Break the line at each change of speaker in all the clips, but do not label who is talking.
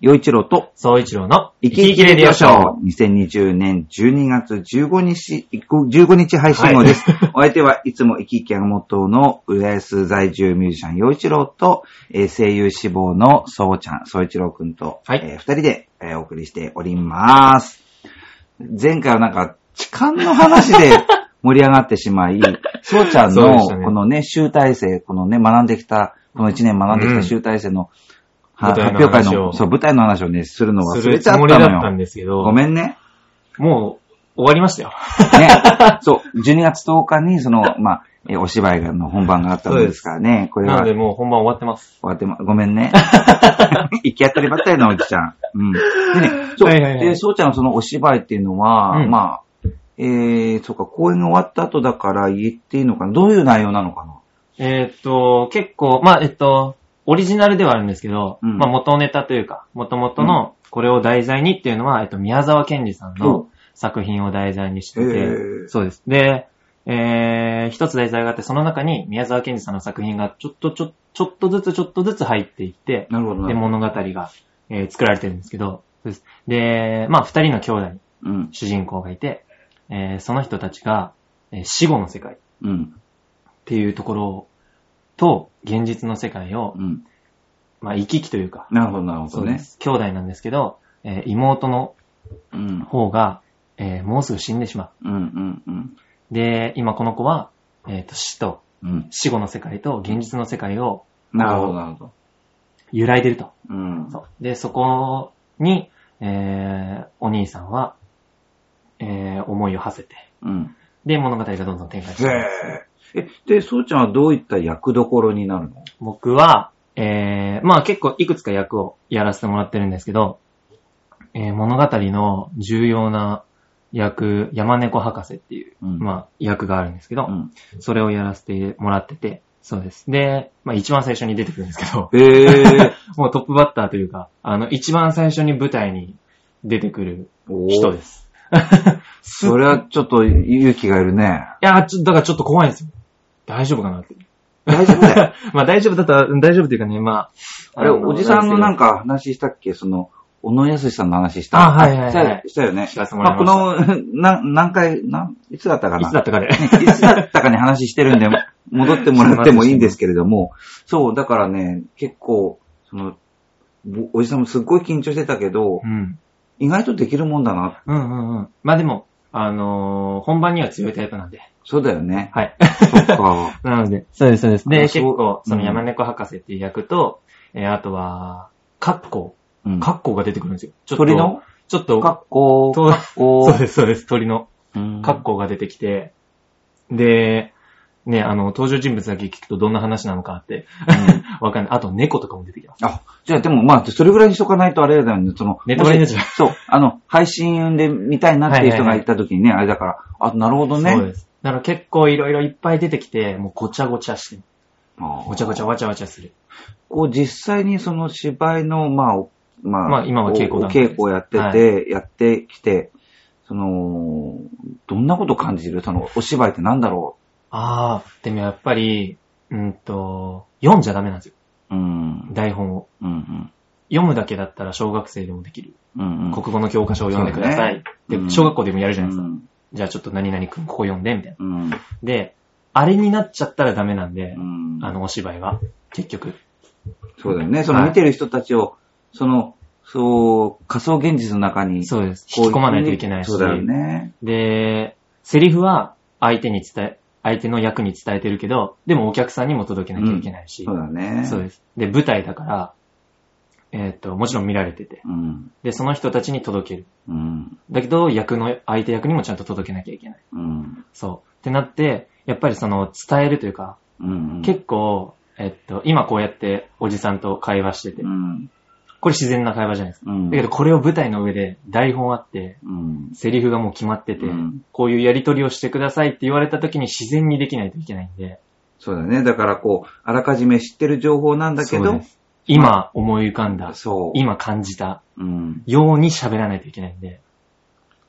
洋一郎と、
総一郎の
生き生きレディオショー。2020年12月15日、15日配信後です。 お相手はいつも生き生きがモットーの浦安在住ミュージシャン洋一郎と、えー声優志望のそうちゃん、そう一郎くんと、
はい
えー二人で、えーお送りしております。前回はなんか、痴漢の話 で盛り上がってしまい、そうちゃん
そうで
の
したね
このね、集大成、このね、学んできた、この一年学んでき
う
た
ん
集大成の、は
舞台
発
の
表会
話
の、
を
そう、舞台の話をね、するの忘
す
れ
る
ち
つ
ゃった
もりだっ
の
たん
よ。
ですけど、
ごめんね。
もう終わりましたよ。
ね。 そう、12月10日に、その、まあ、えお芝居の本番があったもんですからね、これ
な
は
のでもう本番終わってます。
終わってま、ごめん ね。行き当たりばったりのおじちゃん。うん。でね、そう、
はいはいはい
で、そうちゃんのそのお芝居っていうのは、
うん
まあ、えー、そうか、公演が終わった後だから言っていいのかなどういう内容なのかな
えーっと、結構、まあ、えっと、オリジナルではあるんですけど、
うん
まあ、元ネタというか、元々のこれを題材にっていうのは、えっと、宮沢賢治さん
うん
の作品を題材にしてて、
へー
そうです。で、えー、一つ題材があって、その中に宮沢賢治さんの作品がちょっとちょ、ちょっとずつちょっとずつ入っていって、
なるほど
で、
な。
物語が、えー作られてるんですけど、そうですで、まあ、二人の兄弟、
うん。
主人公がいて、えーその人たちが、えー死後の世界っ
うん。
ていうところと、現実の世界を
う、ん。
まあ、行き来というか、
なるほど、なるほど
で
ね。
す。兄弟なんですけど、えー妹の
うん。
方が、えーもうすぐ死んでしま
うん、うん、うん。
う。で、今この子は、えっ、と、死と、
うん。
死後の世界と現実の世界を
なるほど、なるほど。
揺らいでると。
うん。
そうで、そこに、えー、お兄さんは、えー、思いを馳せて、
うん。
で、物語がどんどん展開
へ
していくんです。
え。え、で、そうちゃんはどういった役どころになるの
僕は、えー、まあ結構いくつか役をやらせてもらってるんですけど、えー、物語の重要な役、山猫博士っていう、
うん
まあ役があるんですけど、
うん。
それをやらせてもらってて、そうです。で、まあ一番最初に出てくるんですけど、
へえ。
もうトップバッターというか、あの一番最初に舞台に出てくる
おー
人です。
それはちょっと勇気がいるね。
いやーちょ、だからちょっと怖いんですよ。大丈夫かなって。
大丈夫だよ。
まあ大丈夫だったら、うん大丈夫っていうかね、まあ。
あれ、おじさんのなん
か、
か話したっけその、小野康さんの話した。
あはいはいはい
したよしたよね
聞。かせてもら
まあ、
い
こ
ました。
の、 な、何回、なん、いつだったかな。
いつだったかで。
いつだったかに話して るんで、戻ってもらってもいいんですけれども、そう、だからね、結構、その、ぼおじさんもすっごい緊張してたけど
う、ん。
意外とできるもんだな。
うんうんうん。まあでも、あのー本番には強いタイプなんで。
そうだよね。
はい。
そっか。
なので。そうです、そうです。で、
あ
結
そう
構、その
うん
山猫博士っていう役と、えーあとは、カッコ
うん
ウ。カッコウが出てくるんですよ。ちょっと
鳥の
ちょっと、
格好、
と
格好
そう、です、そうです、鳥の。カッコウが出てきて、で、ね、あの、登場人物だけ聞くとどんな話なのかって、
うん
わかんない。あと、猫とかも出てきます。
あ、じゃあでもまあ、それぐらいにしとかないとあれだよね、その、
ネタバレになっちゃう
もしそう、あの、配信で見たいなっていう人がいた時にね、あれだから、あ、なるほどね。
そうです。だから結構いろいろいっぱい出てきて、もうごちゃごちゃして、
あー
ごちゃごちゃわちゃわちゃする。
こう、実際にその芝居の、まあ、おまあ、
まあ今は稽古
おお
段階です
稽古やってて、やってきて、その、どんなこと感じるその、お芝居ってなんだろ
ああ、でもやっぱり、うんと、読んじゃダメなんですよ。
ううん、
台本を。
うん、うん、
読むだけだったら小学生でもできる。
うん、うん。
国語の教科書を読んでください。
ね
で
うん
小学校でもやるじゃ
う
ないですか。
ん、
じゃあちょっと何々くんここ読んで、みたいな。
うん、
で、あれになっちゃったらダメなんで
う、ん。
あのお芝居は、結局。
そうだよね。その
はい
見てる人たちを、その、そう、仮想現実の中に、
そうです。引き込まないといけないし。
そうだよね。
で、セリフは相手に伝え、相手の役に伝えてるけど、でもお客さんにも届けなきゃいけないし。
そうだね。
そうです。で、舞台だから、えーっと、もちろん見られてて。
うん。
で、その人たちに届ける。
うん。
だけど、役の、相手役にもちゃんと届けなきゃいけない。
うん。
そう。ってなって、やっぱりその、伝えるというか、
うん。
結構、えっと、今こうやっておじさんと会話してて
う、ん。
これ自然な会話じゃないですか。
うん。
だけど、これを舞台の上で台本あって、
うん。
セリフがもう決まってて、
うん
こういうやりとりをしてくださいって言われた時に自然にできないといけないんで、
そうだね。だからこう、あらかじめ知ってる情報なんだけ
そう
ど
で、す今思い浮かんだ、
そう。
今感じた
うん。
ように喋らないといけないんで、だか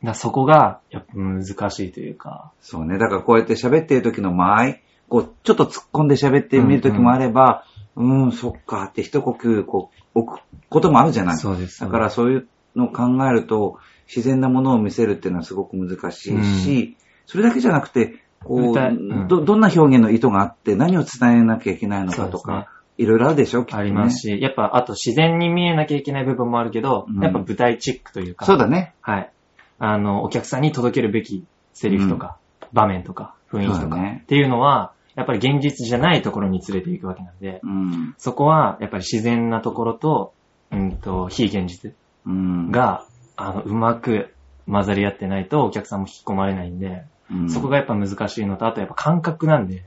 らそこがやっぱ難しいというか、
そうね。だからこうやって喋ってる時の間合い、こう、ちょっと突っ込んで喋ってみる時もあれば、うん、そっかって一呼吸、こう、おくこともあるじゃない。
そうです。
だからそういうのを考えると、自然なものを見せるっていうのはすごく難しいし、それだけじゃなくて、こう、
歌うん
ど、どんな表現の意図があって、何を伝えなきゃいけないの
そう
か
です
と
ね
か、いろいろあるでしょ、きっと、
あ
ね。
りますし、やっぱ、あと自然に見えなきゃいけない部分もあるけど、
うん
やっぱ舞台チックというか、
そうだね。
はい。あの、お客さんに届けるべきセリフとか、場面とか、雰囲気
そ
と
うだ
か、
ね
っていうのは、やっぱり現実じゃないところに連れていくわけなんで、
うん。
そこは、やっぱり自然なところと、うんと、非現実
うん。、
が、あの、うまく混ざり合ってないとお客さんも引き込まれないんで、
うん、
そこがやっぱ難しいのと、あとやっぱ感覚なんで、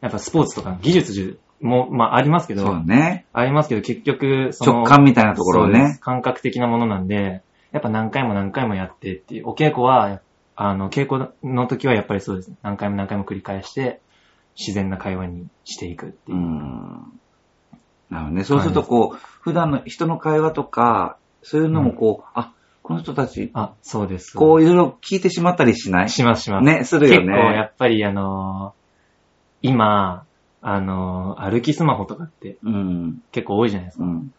やっぱスポーツとかの技術も、まあありますけ
そうだ
ど、
ね。
ありますけど結局、その、
直感みたいなところを
そうです
ね。
感覚的なものなんで、やっぱ何回も何回もやってっていう、お稽古は、あの、稽古の時はやっぱりそうですね。何回も何回も繰り返して、自然な会話にしていくっていうう。
ん。なるほどね。そうするとこう、普段の人の会話とか、そういうのもこう、あ、この人たち、
あ、そうです。
こういろいろ聞いてしまったりしない
しますします。
ね、するよ
結構や
ね。
っぱりあのー今、あのー歩きスマホとかって
うん。
結構多いじゃないですか。
うん。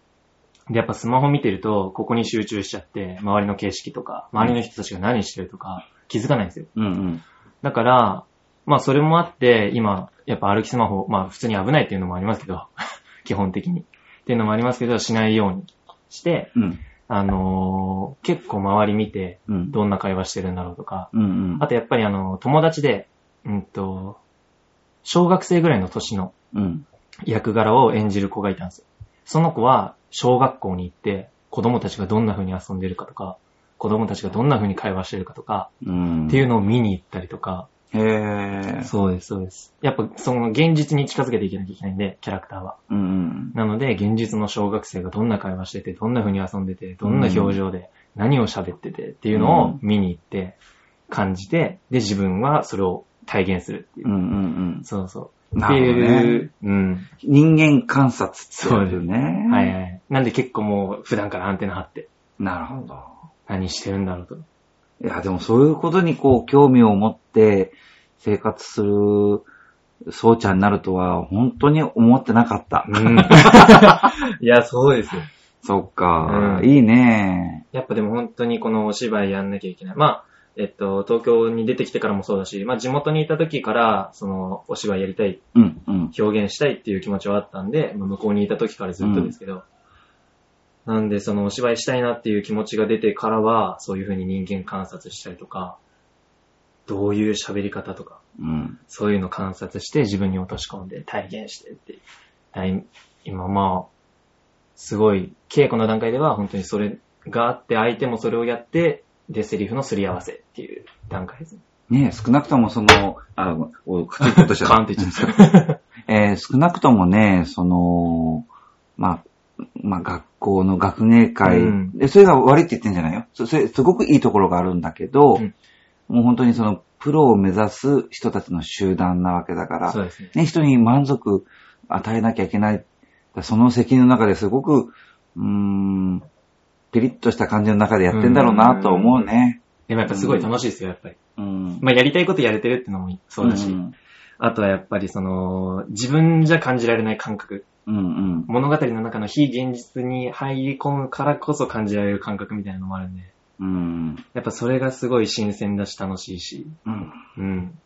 で、やっぱスマホ見てると、ここに集中しちゃって、周りの景色とか、周りの人たちが何してるとか、気づかないんですよ。
うん。
だから、まあそれもあって、今、やっぱ歩きスマホ、まあ普通に危ないっていうのもありますけど、 基本的に。っていうのもありますけど、しないようにして、
うん。
あのー結構周り見て、
うん。
どんな会話してるんだろうとか、
うん。うん
あとやっぱりあの、友達で、うんと、小学生ぐらいの年の
うん。
役柄を演じる子がいたんですよ。その子は、小学校に行って、子供たちがどんな風に遊んでるかとか、子供たちがどんな風に会話してるかとか、
うん。
っていう
う。
のを見に行ったりとか、
へぇ
そうです、そうです。やっぱその現実に近づけていかなきゃいけないんで、キャラクターは。
うん。
なので、現実の小学生がどんな会話してて、どんな風に遊んでて、どんな表情で、何を喋っててっていうの
うん
を見に行って、感じて、で、自分はそれを体現するっていう。
うん。うん。
そうそう。
な
って
るほどね
いう、うん。
人間観察ってやつね。
はいはい。なんで結構もう普段からアンテナ張って、
なるほど。
何してるんだろうと。
いや、でもそういうことにこう、興味を持って生活する、そうちゃんになるとは、本当に思ってなかった。
うん。 いや、そうですよ。
そっか、
うん
いいね。
やっぱでも本当にこのお芝居やんなきゃいけない。まあ、えっと、東京に出てきてからもそうだし、まあ地元にいた時から、その、お芝居やりたい、
うん、うん。
表現したいっていう気持ちはあったんで、まあ向こうにいた時からずっとですけど、なんでそのお芝居したいなっていう気持ちが出てからは、そういう風に人間観察したりとか、どういう喋り方とか、
うん。
そういうの観察して自分に落とし込んで体現してっていう。大今まあ、すごい、稽古の段階では本当にそれがあって、相手もそれをやって、で、セリフのすり合わせっていう段階です。
ねえ少なくともその、あ、お口に落としちゃっ
カーン
た
っ。て言っちゃった。
えー少なくともね、その、まあ、まあ、学校の学芸会、
うん
で、それが悪いって言ってんじゃないよ。そそれ、すごくいいところがあるんだけど、
うん
もう本当にその、プロを目指す人たちの集団なわけだから
そ、うですね。
ね、人に満足与えなきゃいけない。その責任の中ですごく、うーん、ピリッとした感じの中でやってんだろうなと思うね。
でもやっぱすごい楽しいですよ、やっぱり。
うん。
まあ、やりたいことやれてるってのもそうだし、
うん
あとはやっぱりその、自分じゃ感じられない感覚、
うん。
物語の中の非現実に入り込むからこそ感じられる感覚みたいなのもあるんで、
うん。
やっぱそれがすごい新鮮だし楽しいし、
うん。
うん。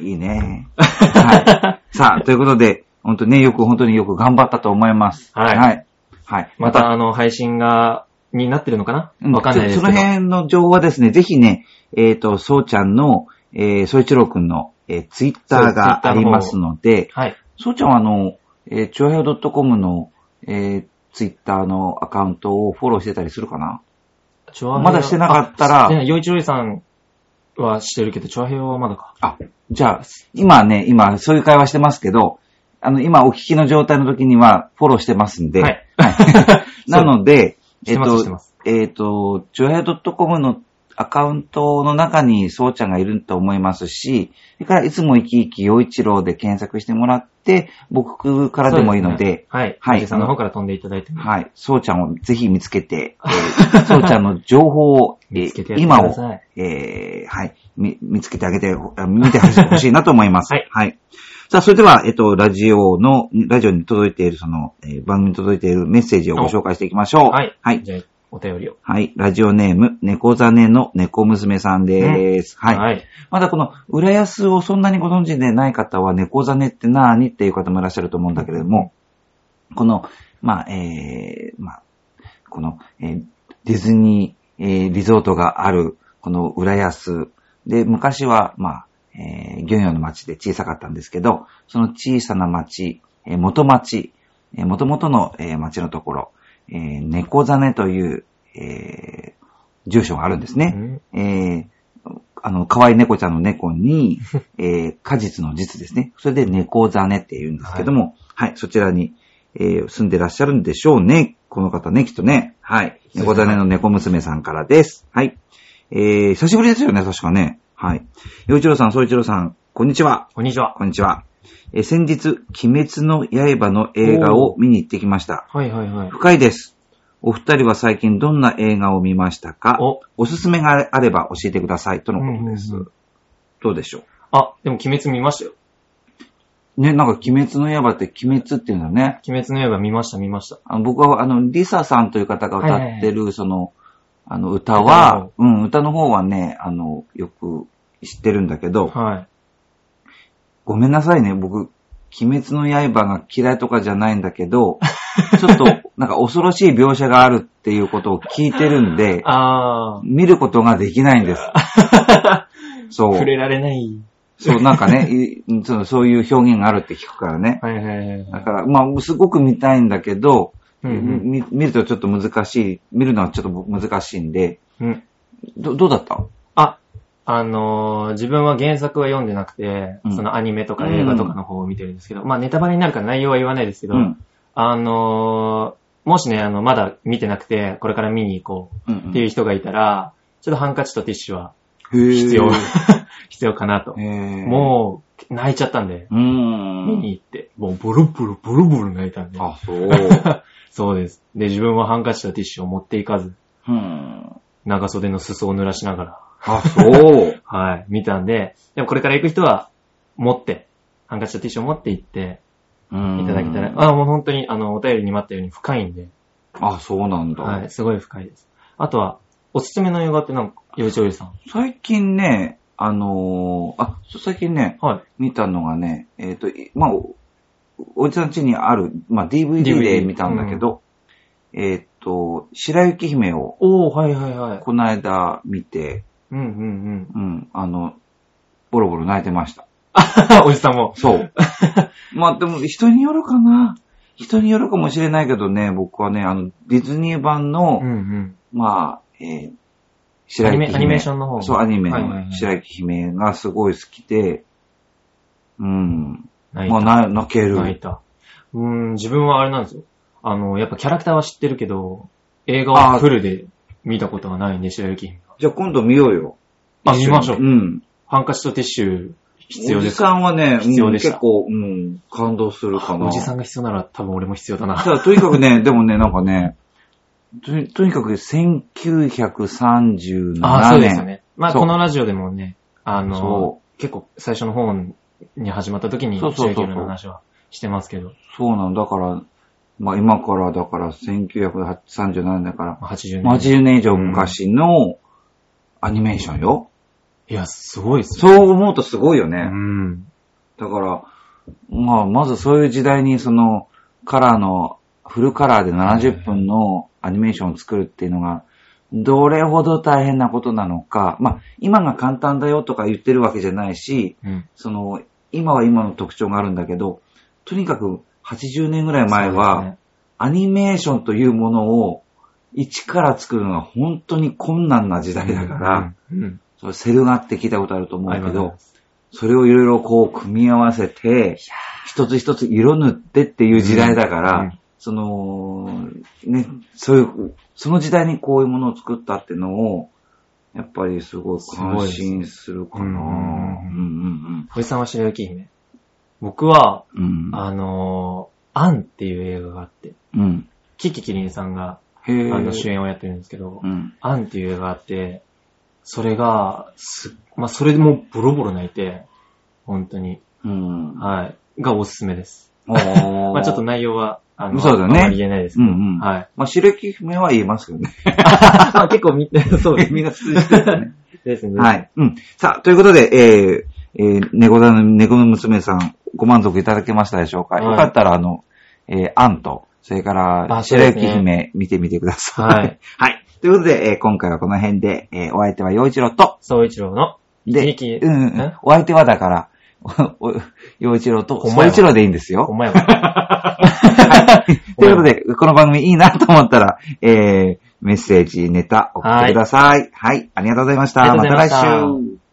いい ね。はい。さあ、ということで、本当にね、よく、本当によく頑張ったと思います。
はい
はい。はい。
また、あの、配信が、になってるのか
うん
なわかんないです
そそ
けど。
の辺の情報はですね、ぜひね、えっ、と、そうちゃんの、えー、そういちろうくんの、えー、ツイッターがありますので、
はい。
そうちゃんはあの、えー、ちょうドッ .com の、えー、ツイッターのアカウントをフォローしてたりするかなまだしてなかったら
あしてない洋一郎さんはしてるけど、チョアヘヨはまだか。
あ、じゃあ、今ね、今、そういう会話してますけど、あの、今お聞きの状態の時にはフォローしてますんで、
はい。
なので、
してますしてます
えっ、と、ジョヘア .com のアカウントの中にそうちゃんがいると思いますし、それからいつも生き生き陽一郎で検索してもらって、僕からでもいいので、
そうすねはい。
はい
洋一郎さんの方から飛んでいただいても。
はい、そうちゃんをぜひ見つけて、えー そうちゃんの情報を、えー
見つけてやってく
今
だ
を、
さい。
えーはい、み見つけてあげて、あ見てほしいなと思います。
はい
はい。さあ、それでは、えっと、ラジオの、ラジオに届いている、その、えー番組に届いているメッセージをご紹介していきましょう。
はい。
はい。
じゃあ、お便りを。
はい。ラジオネーム、猫ザネの猫娘さんです。はい。
はい。
まだこの、浦安をそんなにご存知でない方は、猫ザネって何っていう方もいらっしゃると思うんだけれども、この、まあ、えー、まあ、この、えーディズニー、えーリゾートがある、この浦安。で、昔は、まあ、えー、漁業の町で小さかったんですけど、その小さな町、えー元町、えー元々の、えー町のところ、えー猫ザネという、えー住所があるんですね。
うん
えーあの、可愛い猫ちゃんの猫 に、えー果実の実ですね。それで猫ザネって言うんですけども、はい、そちらに、えー住んでらっしゃるんでしょうね。この方ね、きっとね。はい。
そうですね
猫ザネの猫娘さんからです。はい。えー久しぶりですよね、確かね。はい。洋一郎さん、総一郎さん、こんにちは。
こんにちは。
こんにちは。えー先日、鬼滅の刃の映画を見に行ってきました。
はいはいはい。
深いです。お二人は最近どんな映画を見ましたか
お、
おすすめがあれば教えてください、とのことです。
うんうんうん
どうでしょ
あ、でも鬼滅見ましたよ。
うね、なんか鬼滅の刃って鬼滅っていうんだね。
鬼滅の刃見ました見ました。
あの僕は、あの、リサさんという方が歌ってる、その、あの、歌は、うん、歌の方はね、あの、よく知ってるんだけど、
はい。
ごめんなさいね、僕、鬼滅の刃が嫌いとかじゃないんだけど、ちょっと、なんか恐ろしい描写があるっていうことを聞いてるんで、
あー。
見ることができないんです。そう
触。れられない。
そう、なんかね、い そうそういう表現があるって聞くからね。
はいはいはいは
だ
い。
から、まあ、すごく見たいんだけど、
うんうん
み見るとちょっと難しい、見るのはちょっと難しいんで、
うん。
どどうだった
あ、あのー自分は原作は読んでなくて、
うん
そのアニメとか映画とかの方を見てるんですけど、まあネタバレになるから内容は言わないですけど、
うん。
あのーもしね、あの、まだ見てなくて、これから見に行こ
うん
う
う
っ
ん
ていう人がいたら、ちょっとハンカチとティッシュは
必
必要、 必要かなと。
も
もう、泣いちゃったんで、
う、うー
見
ん。
に行って、もうボロボロボロボロ泣いたんで。
あ、 そう。
そうです。で、自分はハンカチとティッシュを持っていかず、
うん。
長袖の裾を濡らしながら、
あ、そう。
はい、見たんで、でもこれから行く人は、持って、ハンカチとティッシュを持って行って、
うん
いただけたら、あ、もう本当に、あの、お便りにもあったように深いんで、
あ、そうなんだ。
はい、すごい深いです。あとは、おすすめの映画ってなんか、よいちょうゆさん。
最近ね、あのーあ、そう最近ね、
はい。
見たのがね、えっ、と、いまあ、おおじさん家にある、まあ、DVD で
DVD
見たんだけど、えっ、と、白雪姫を
おー、はいはいはい。
この間見て、
うんうん
うん、あの、ボロボロ泣いてました。
うん。おじさんも。
そう。まあでも人によるかな。人によるかもしれないけどね、僕はね、あの、ディズニー版の、
うんうん。
まあ、えー、
ア
白
ニ
雪
メ、
姫。
アニメーションの方。
そう、アニメ
はいはいは
の
い
白雪姫がすごい好きで、うん。
泣い
ま
た
あ、。な泣け
泣い
る。
た。うーん、自分はあれなんですよ。あの、やっぱキャラクターは知ってるけど、映画はフルで見たことがないんで、白雪姫は。
じゃあ今度見ようよ。
あ
一緒に
見ましょう
うん。
ハンカチとティッシュ必要
お
で
じ
す。
さんはね、
必
う
要
ん
でした
結構、うん、感動するかな。
おじさんが必要なら多分俺も必要だな。
ただとにかくね、でもね、なんかね、ととにかく1937年。
ああ、そうですよね。まあ、
そう
このラジオでもね、あの
そ、
結構最初の方に始まった時に、
そうそうそうそう
白雪姫の話はしてますけど、
そうなんだから、まあ今からだから1937年だから、
まあ80
まあ
年。
80年以上昔のアニメーションよ。
いや、すごいっすね。
そう思うとすごいよね。
うん。
だから、まあ、まずそういう時代にその、カラーの、フルカラーで70分のアニメーションを作るっていうのが、どれほど大変なことなのか、まあ、今が簡単だよとか言ってるわけじゃないし、
うん。
その、今は今の特徴があるんだけど、とにかく80年ぐらい前
そうで
は、
すね、
アニメーションというものを、一から作るのは本当に困難な時代だから、
うん、うん。
そのセルガって聞いたことあると思う
あり
け
がとうござい
ど
ま、す
それをいろいろこう組み合わせて、一つ一つ色塗ってっていう時代だから、
うん
その、ね、そういう、その時代にこういうものを作ったっていうのを、やっぱりすごい感心するかな
すご
うん
いですね
うん
おじさんは白雪姫。僕は、
うん。うん。
あのー、アンっていう映画があって、
うん。
キキキリンさんが、
へ
あ
ぇ
の、主演をやってるんですけど
う、ん。
アンっていう映画があって、それが、す、まあ、それでもうボロボロ泣いて、本当に。
うん。
はい。がおすすめです。
ま
まあちょっと内容は、あの、
そうだね
あまり言えないです
う
けど。
んうん。
はい。
まあ、白雪姫は言えますけどね。
まあ結構見て、 そうで す
みんな通じてるからね。
ですね。。
はいい。うん。さあ、ということで、えー、えー、猫だの、猫の娘さん、ご満足いただけましたでしょうか、
はい
よかったら、あの、えー、アンと、それから、
あ
白
そう
雪
です
姫、見てみてください。
はい。
はい。ということで、えー、今回はこの辺で、えー、お相手は陽一郎と、
総一郎の、
で、
一撃
うん、うん
え、
お相手はだから、おお陽一郎と、
お前
総
は
一郎でいいんです
お
よ。
前は。
ということで、この番組いいなと思ったら、えー、メッセージ、ネタ送ってください。はい。ありがとうございまし
あ
た。
りが
ま
とう
た
ございま
来
した
週。